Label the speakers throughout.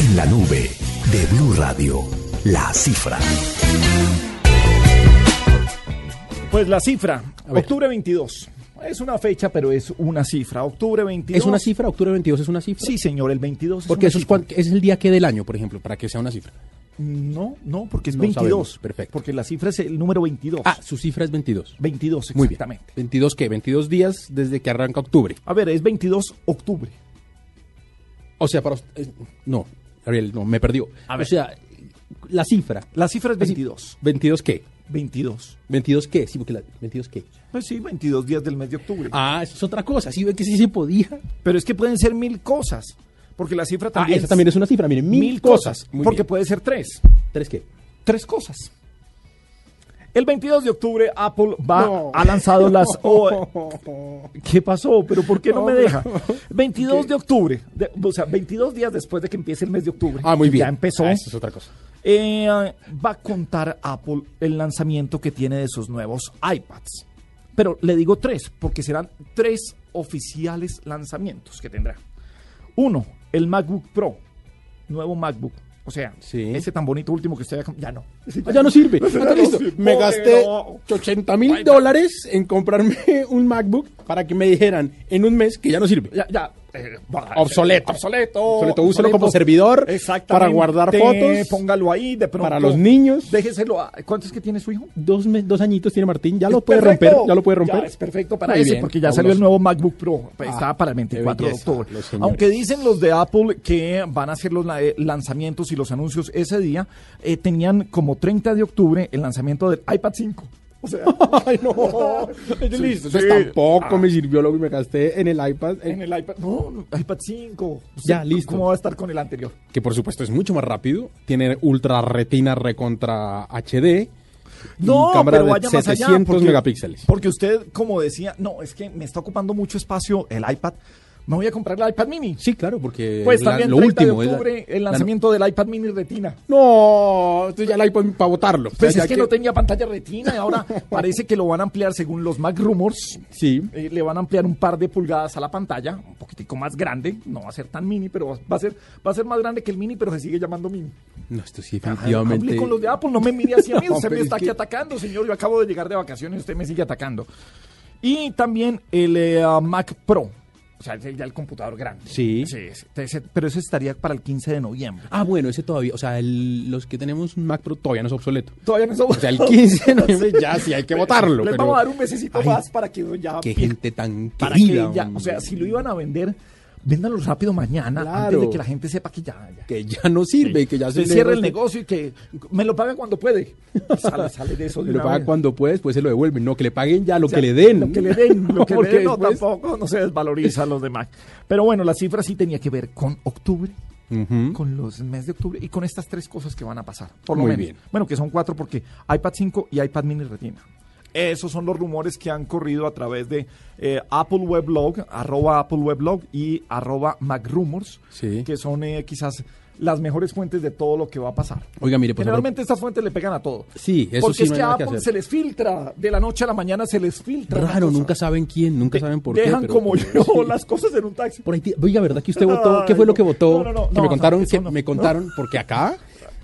Speaker 1: En la nube de Blue Radio, la cifra.
Speaker 2: Pues la cifra,
Speaker 3: ver.
Speaker 2: octubre 22. Es una fecha, pero es una cifra. Octubre 22.
Speaker 3: ¿Es una cifra? ¿Octubre 22 es una cifra?
Speaker 2: Sí, señor, el 22 es
Speaker 3: Porque
Speaker 2: una
Speaker 3: eso es,
Speaker 2: cifra.
Speaker 3: cuan- ese es el día que del año, por ejemplo, para que sea una cifra.
Speaker 2: No, no, porque es
Speaker 3: No
Speaker 2: 22.
Speaker 3: sabemos, perfecto.
Speaker 2: Porque la cifra es el número 22.
Speaker 3: Ah, su cifra es 22.
Speaker 2: 22,
Speaker 3: Muy bien.
Speaker 2: exactamente.
Speaker 3: 22 qué? 22 días desde que arranca octubre.
Speaker 2: A ver, es 22 octubre.
Speaker 3: O sea, para usted- eh, no, Gabriel, no, me perdió.
Speaker 2: A ver.
Speaker 3: O sea, la cifra.
Speaker 2: La cifra es
Speaker 3: Así,
Speaker 2: 22.
Speaker 3: ¿22 qué?
Speaker 2: 22.
Speaker 3: ¿22 qué? Sí, porque la, 22 qué.
Speaker 2: Pues sí, 22 días del mes de octubre.
Speaker 3: Ah, eso es otra cosa. Sí, ve que sí se podía.
Speaker 2: Pero es que pueden ser mil cosas. Porque la cifra
Speaker 3: Ah,
Speaker 2: también,
Speaker 3: esa también es una cifra. Miren, mil, cosas. Muy
Speaker 2: porque
Speaker 3: bien.
Speaker 2: puede ser tres.
Speaker 3: ¿Tres qué?
Speaker 2: tres cosas. El 22 de octubre Apple va,
Speaker 3: No.
Speaker 2: ha lanzado las... O- E. ¿Qué pasó? ¿Pero por qué no, me deja? 22 de octubre, de- o sea, 22 días después de que empiece el mes de octubre.
Speaker 3: Ah, muy
Speaker 2: que
Speaker 3: bien.
Speaker 2: Ya empezó.
Speaker 3: Ah, eso es otra cosa.
Speaker 2: eh, va a contar Apple el lanzamiento que tiene de sus nuevos iPads. Pero le digo tres, porque serán tres oficiales lanzamientos que tendrá. Uno, el MacBook Pro, nuevo MacBook. O sea,
Speaker 3: Sí.
Speaker 2: ese tan bonito último que usted había... com- Ya no.
Speaker 3: Ah, ya no sirve. Ah, está
Speaker 2: No eh,
Speaker 3: listo.
Speaker 2: sirve.
Speaker 3: Me gasté
Speaker 2: Bueno.
Speaker 3: 80 mil dólares en comprarme un MacBook para que me dijeran en un mes que ya no sirve.
Speaker 2: Ya, ya. eh, va,
Speaker 3: Obsoleto.
Speaker 2: eh, Obsoleto.
Speaker 3: Obsoleto, úselo como servidor para guardar fotos.
Speaker 2: Póngalo ahí de pronto.
Speaker 3: Para los niños.
Speaker 2: Déjeselo. A, ¿Cuánto es que tiene su hijo?
Speaker 3: Dos, me- dos añitos tiene Martín, ya lo
Speaker 2: Es
Speaker 3: puede
Speaker 2: perfecto.
Speaker 3: romper, ya lo puede romper.
Speaker 2: Ya, es perfecto para
Speaker 3: Muy
Speaker 2: ese,
Speaker 3: bien,
Speaker 2: porque ya
Speaker 3: fabuloso.
Speaker 2: salió el nuevo MacBook Pro. Pues,
Speaker 3: Ah,
Speaker 2: Está para el 24
Speaker 3: qué belleza,
Speaker 2: de octubre.
Speaker 3: los señores.
Speaker 2: Aunque dicen los de Apple que van a hacer los la- eh, lanzamientos y los anuncios ese día, eh, tenían como 30 de octubre el lanzamiento del iPad 5. O sea,
Speaker 3: Ay, no. Es listo. Entonces
Speaker 2: sí. Ah.
Speaker 3: tampoco me sirvió lo que me gasté en el iPad. en-
Speaker 2: en el iPad. No, iPad 5.
Speaker 3: Ya, listo.
Speaker 2: ¿Cómo va a estar con el anterior?
Speaker 3: Que por supuesto es mucho más rápido. Tiene ultra retina recontra HD. y
Speaker 2: No,
Speaker 3: cámara
Speaker 2: pero
Speaker 3: de
Speaker 2: vaya más allá,
Speaker 3: 700
Speaker 2: porque-
Speaker 3: megapíxeles.
Speaker 2: Porque usted, como decía, no, es que me está ocupando mucho espacio el iPad. Me voy a comprar el iPad mini.
Speaker 3: Sí, claro, porque
Speaker 2: Pues
Speaker 3: es la-
Speaker 2: también
Speaker 3: lo
Speaker 2: 30
Speaker 3: último
Speaker 2: de
Speaker 3: es la-
Speaker 2: octubre el
Speaker 3: la-
Speaker 2: lanzamiento del iPad mini retina.
Speaker 3: No, entonces ya el iPod para votarlo.
Speaker 2: Pues es que, no tenía pantalla retina y ahora parece que lo van a ampliar según los Mac Rumors.
Speaker 3: Sí.
Speaker 2: Eh, le van a ampliar un par de pulgadas a la pantalla, un poquitico más grande. No va a ser tan mini, pero va va a ser, va a ser más grande que el mini, pero se sigue llamando mini.
Speaker 3: No, esto sí,
Speaker 2: Hablé
Speaker 3: definitivamente.
Speaker 2: Ah, con los de Apple, no me mire así a mí.
Speaker 3: No,
Speaker 2: Usted me
Speaker 3: pero
Speaker 2: está
Speaker 3: es
Speaker 2: aquí
Speaker 3: que-
Speaker 2: atacando, señor. Yo acabo de llegar de vacaciones y usted me sigue atacando. Y también el eh, Mac Pro. O sea, ese ya el computador grande.
Speaker 3: Sí.
Speaker 2: ese- ese- pero ese estaría para el 15 de noviembre.
Speaker 3: Ah, bueno, ese todavía. O sea, el- los que tenemos un Mac Pro todavía no es obsoleto.
Speaker 2: Todavía no somos.
Speaker 3: O sea, el 15 de noviembre ya sí hay que votarlo.
Speaker 2: Les
Speaker 3: pero-
Speaker 2: vamos a dar un mesecito
Speaker 3: Ay,
Speaker 2: más para que ya.
Speaker 3: Qué
Speaker 2: pie-
Speaker 3: gente tan
Speaker 2: para
Speaker 3: querida.
Speaker 2: que ya- o
Speaker 3: hombre.
Speaker 2: sea, si lo iban a vender, véndanlo rápido mañana antes
Speaker 3: Claro.
Speaker 2: de que la gente sepa que ya. ya.
Speaker 3: que ya no sirve, que ya
Speaker 2: Usted
Speaker 3: se
Speaker 2: cierra el negocio y que me lo paga cuando puede. Sale, sale de eso de
Speaker 3: Lo
Speaker 2: una
Speaker 3: paga
Speaker 2: vez.
Speaker 3: cuando puede, después se lo devuelven. No, que le paguen ya lo
Speaker 2: sea,
Speaker 3: que le den.
Speaker 2: Lo que le den, lo que le
Speaker 3: Porque
Speaker 2: den, pues. no,
Speaker 3: después-
Speaker 2: tampoco, no se desvaloriza a los demás. Pero bueno, la cifra sí tenía que ver con octubre,
Speaker 3: Ujú.
Speaker 2: con los meses de octubre y con estas tres cosas que van a pasar, por lo
Speaker 3: Muy
Speaker 2: menos.
Speaker 3: bien.
Speaker 2: Bueno, que son cuatro porque iPad 5 y iPad mini retina. Esos son los rumores que han corrido a través de eh, Apple Weblog, arroba Apple Weblog y arroba MacRumors,
Speaker 3: Sí.
Speaker 2: que son eh, quizás las mejores fuentes de todo lo que va a pasar.
Speaker 3: Oiga, mire, pues.
Speaker 2: Generalmente estas fuentes le pegan a todo.
Speaker 3: Sí, eso
Speaker 2: Porque
Speaker 3: sí,
Speaker 2: es
Speaker 3: no hay
Speaker 2: que a
Speaker 3: nada que
Speaker 2: Apple
Speaker 3: hacer.
Speaker 2: se les filtra, de la noche a la mañana se les filtra.
Speaker 3: raro,
Speaker 2: una
Speaker 3: Raro,
Speaker 2: cosa.
Speaker 3: nunca saben quién, nunca saben por qué.
Speaker 2: Dejan
Speaker 3: pero- pues,
Speaker 2: como yo las cosas en un taxi.
Speaker 3: Por ahí, ti- oiga, ¿verdad que usted votó?
Speaker 2: Ay,
Speaker 3: ¿Qué fue lo que
Speaker 2: no.
Speaker 3: votó?
Speaker 2: No, no, no,
Speaker 3: que
Speaker 2: no,
Speaker 3: me contaron,
Speaker 2: no, eso
Speaker 3: que
Speaker 2: no.
Speaker 3: me contaron, porque acá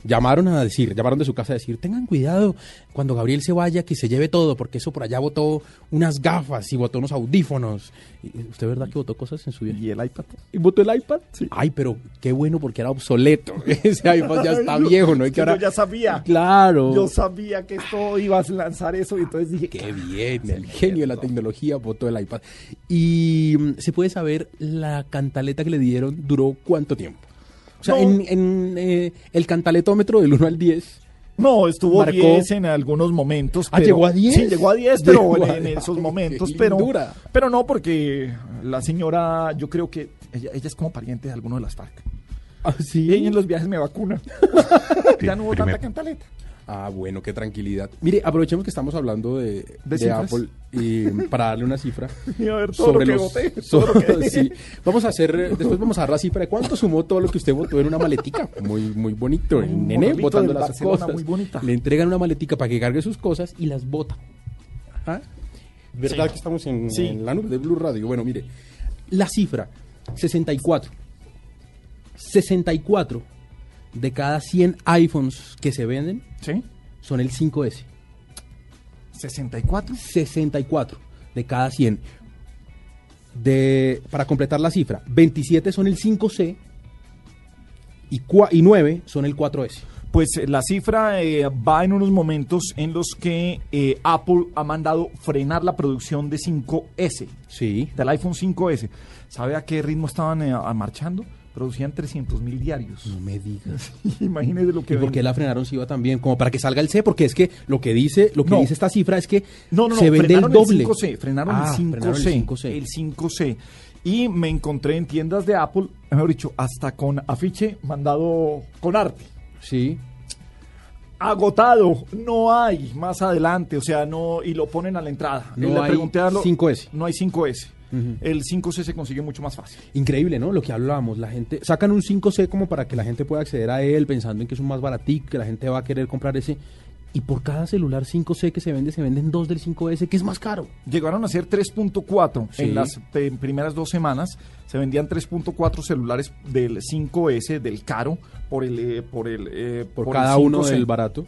Speaker 3: llamaron a decir, llamaron de su casa a decir, tengan cuidado cuando Gabriel se vaya, que se lleve todo, porque eso por allá votó unas gafas y votó unos audífonos. Y- eh, ¿Usted verdad que votó cosas en su viaje?
Speaker 2: ¿Y el iPad?
Speaker 3: ¿Y votó el iPad?
Speaker 2: Sí.
Speaker 3: Ay, pero qué bueno porque era obsoleto. Ese iPad ya está
Speaker 2: Ay, no,
Speaker 3: viejo, ¿no?
Speaker 2: es
Speaker 3: Y
Speaker 2: que yo ya sabía.
Speaker 3: Claro.
Speaker 2: Yo sabía que esto ibas a lanzar eso y entonces dije,
Speaker 3: Qué bien, el genio de la tecnología votó el iPad. Y mm, se puede saber la cantaleta que le dieron duró cuánto tiempo. O sea,
Speaker 2: No.
Speaker 3: en, en, eh, el cantaletómetro del 1 al 10.
Speaker 2: No, estuvo
Speaker 3: Marcó-
Speaker 2: 10 en algunos momentos.
Speaker 3: Ah, ¿llegó a 10?
Speaker 2: Sí, llegó a 10, pero
Speaker 3: Llegó
Speaker 2: en,
Speaker 3: a-
Speaker 2: en esos
Speaker 3: Ay,
Speaker 2: momentos.
Speaker 3: qué
Speaker 2: Pero,
Speaker 3: lindura.
Speaker 2: pero no, porque la señora, yo creo que ella, ella es como pariente de alguno de las FARC. Y
Speaker 3: Así.
Speaker 2: ella en los viajes me vacuna. ya no hubo tanta cantaleta.
Speaker 3: Ah, bueno, qué tranquilidad. Mire, aprovechemos que estamos hablando de, de
Speaker 2: cifras?
Speaker 3: Apple y mm, para darle una cifra.
Speaker 2: Y a ver todo lo que voté, todo
Speaker 3: sobre-
Speaker 2: lo que-
Speaker 3: sí. Vamos a hacer, eh, después vamos a dar la cifra de cuánto sumó todo lo que usted votó en una maletica. Muy, muy bonito. El
Speaker 2: Un
Speaker 3: nene
Speaker 2: monolito
Speaker 3: votando
Speaker 2: del
Speaker 3: las
Speaker 2: Barcelona,
Speaker 3: cosas.
Speaker 2: muy bonita.
Speaker 3: Le entregan una maletica para que cargue sus cosas y las bota. ¿Ah? ¿Verdad que estamos en,
Speaker 2: Sí.
Speaker 3: en la nube de Blue Radio? Bueno, mire, la cifra, 64. 64 de cada 100 iPhones que se venden
Speaker 2: ¿Sí?
Speaker 3: son el 5S.
Speaker 2: 64.
Speaker 3: 64 de cada 100. De, para completar la cifra, 27 son el 5C y, cua- y 9 son el 4S.
Speaker 2: Pues eh, la cifra eh, va en unos momentos en los que eh, Apple ha mandado frenar la producción de 5S,
Speaker 3: Sí.
Speaker 2: del iPhone 5S. ¿Sabe a qué ritmo estaban eh, a- marchando? Producían 300 mil diarios.
Speaker 3: No me digas.
Speaker 2: Imagínese lo que...
Speaker 3: Mm. ¿Y por qué
Speaker 2: venden.
Speaker 3: la frenaron si iba también? Como para que salga el C, porque es que lo que dice, lo que
Speaker 2: No.
Speaker 3: dice esta cifra es que
Speaker 2: No, no, no,
Speaker 3: se vende el
Speaker 2: frenaron
Speaker 3: doble.
Speaker 2: El 5C, frenaron,
Speaker 3: Ah,
Speaker 2: el 5C,
Speaker 3: frenaron el 5C.
Speaker 2: el 5C. Y me encontré en tiendas de Apple, mejor dicho, hasta con afiche mandado con arte.
Speaker 3: Sí.
Speaker 2: agotado, no hay más adelante, o sea, no, y lo ponen a la entrada.
Speaker 3: No
Speaker 2: Y le
Speaker 3: hay
Speaker 2: pregunté a lo-
Speaker 3: 5S.
Speaker 2: No hay 5S.
Speaker 3: Ujú.
Speaker 2: El 5C se consigue mucho más fácil.
Speaker 3: Increíble, ¿no? Lo que hablábamos, la gente sacan un 5C como para que la gente pueda acceder a él pensando en que es un más baratico, que la gente va a querer comprar ese y por cada celular 5C que se vende se venden dos del 5S que es más caro.
Speaker 2: Llegaron a ser 3.4
Speaker 3: Sí.
Speaker 2: en las pe- primeras dos semanas. Se vendían 3.4 celulares del 5S, del caro, por el eh, por el eh,
Speaker 3: Por,
Speaker 2: por el
Speaker 3: cada uno
Speaker 2: 5C.
Speaker 3: del barato.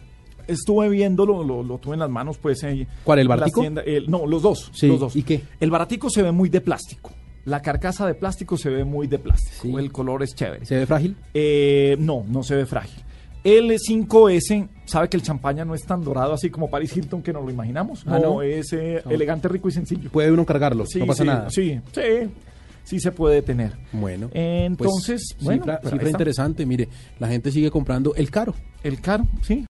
Speaker 2: Estuve viéndolo, lo, lo tuve en las manos, pues. eh,
Speaker 3: ¿Cuál, el
Speaker 2: las
Speaker 3: baratico?
Speaker 2: tiendas- el- no, los dos,
Speaker 3: Sí,
Speaker 2: los dos.
Speaker 3: ¿y qué?
Speaker 2: El baratico se ve muy de plástico. La carcasa de plástico se ve muy de plástico.
Speaker 3: Sí.
Speaker 2: El color es chévere.
Speaker 3: ¿Se ve frágil?
Speaker 2: Eh, no, no se ve frágil. El 5S, sabe que el champaña no es tan dorado así como Paris Hilton que nos lo imaginamos.
Speaker 3: Ah,
Speaker 2: no,
Speaker 3: ¿no?
Speaker 2: es eh,
Speaker 3: No.
Speaker 2: elegante, rico y sencillo.
Speaker 3: Puede uno cargarlo,
Speaker 2: Sí,
Speaker 3: no pasa
Speaker 2: sí,
Speaker 3: nada.
Speaker 2: Sí, sí, sí se puede tener.
Speaker 3: Bueno.
Speaker 2: Entonces,
Speaker 3: pues,
Speaker 2: bueno,
Speaker 3: cifra,
Speaker 2: pues ahí
Speaker 3: cifra
Speaker 2: está.
Speaker 3: interesante, mire, la gente sigue comprando el caro.
Speaker 2: El caro, sí,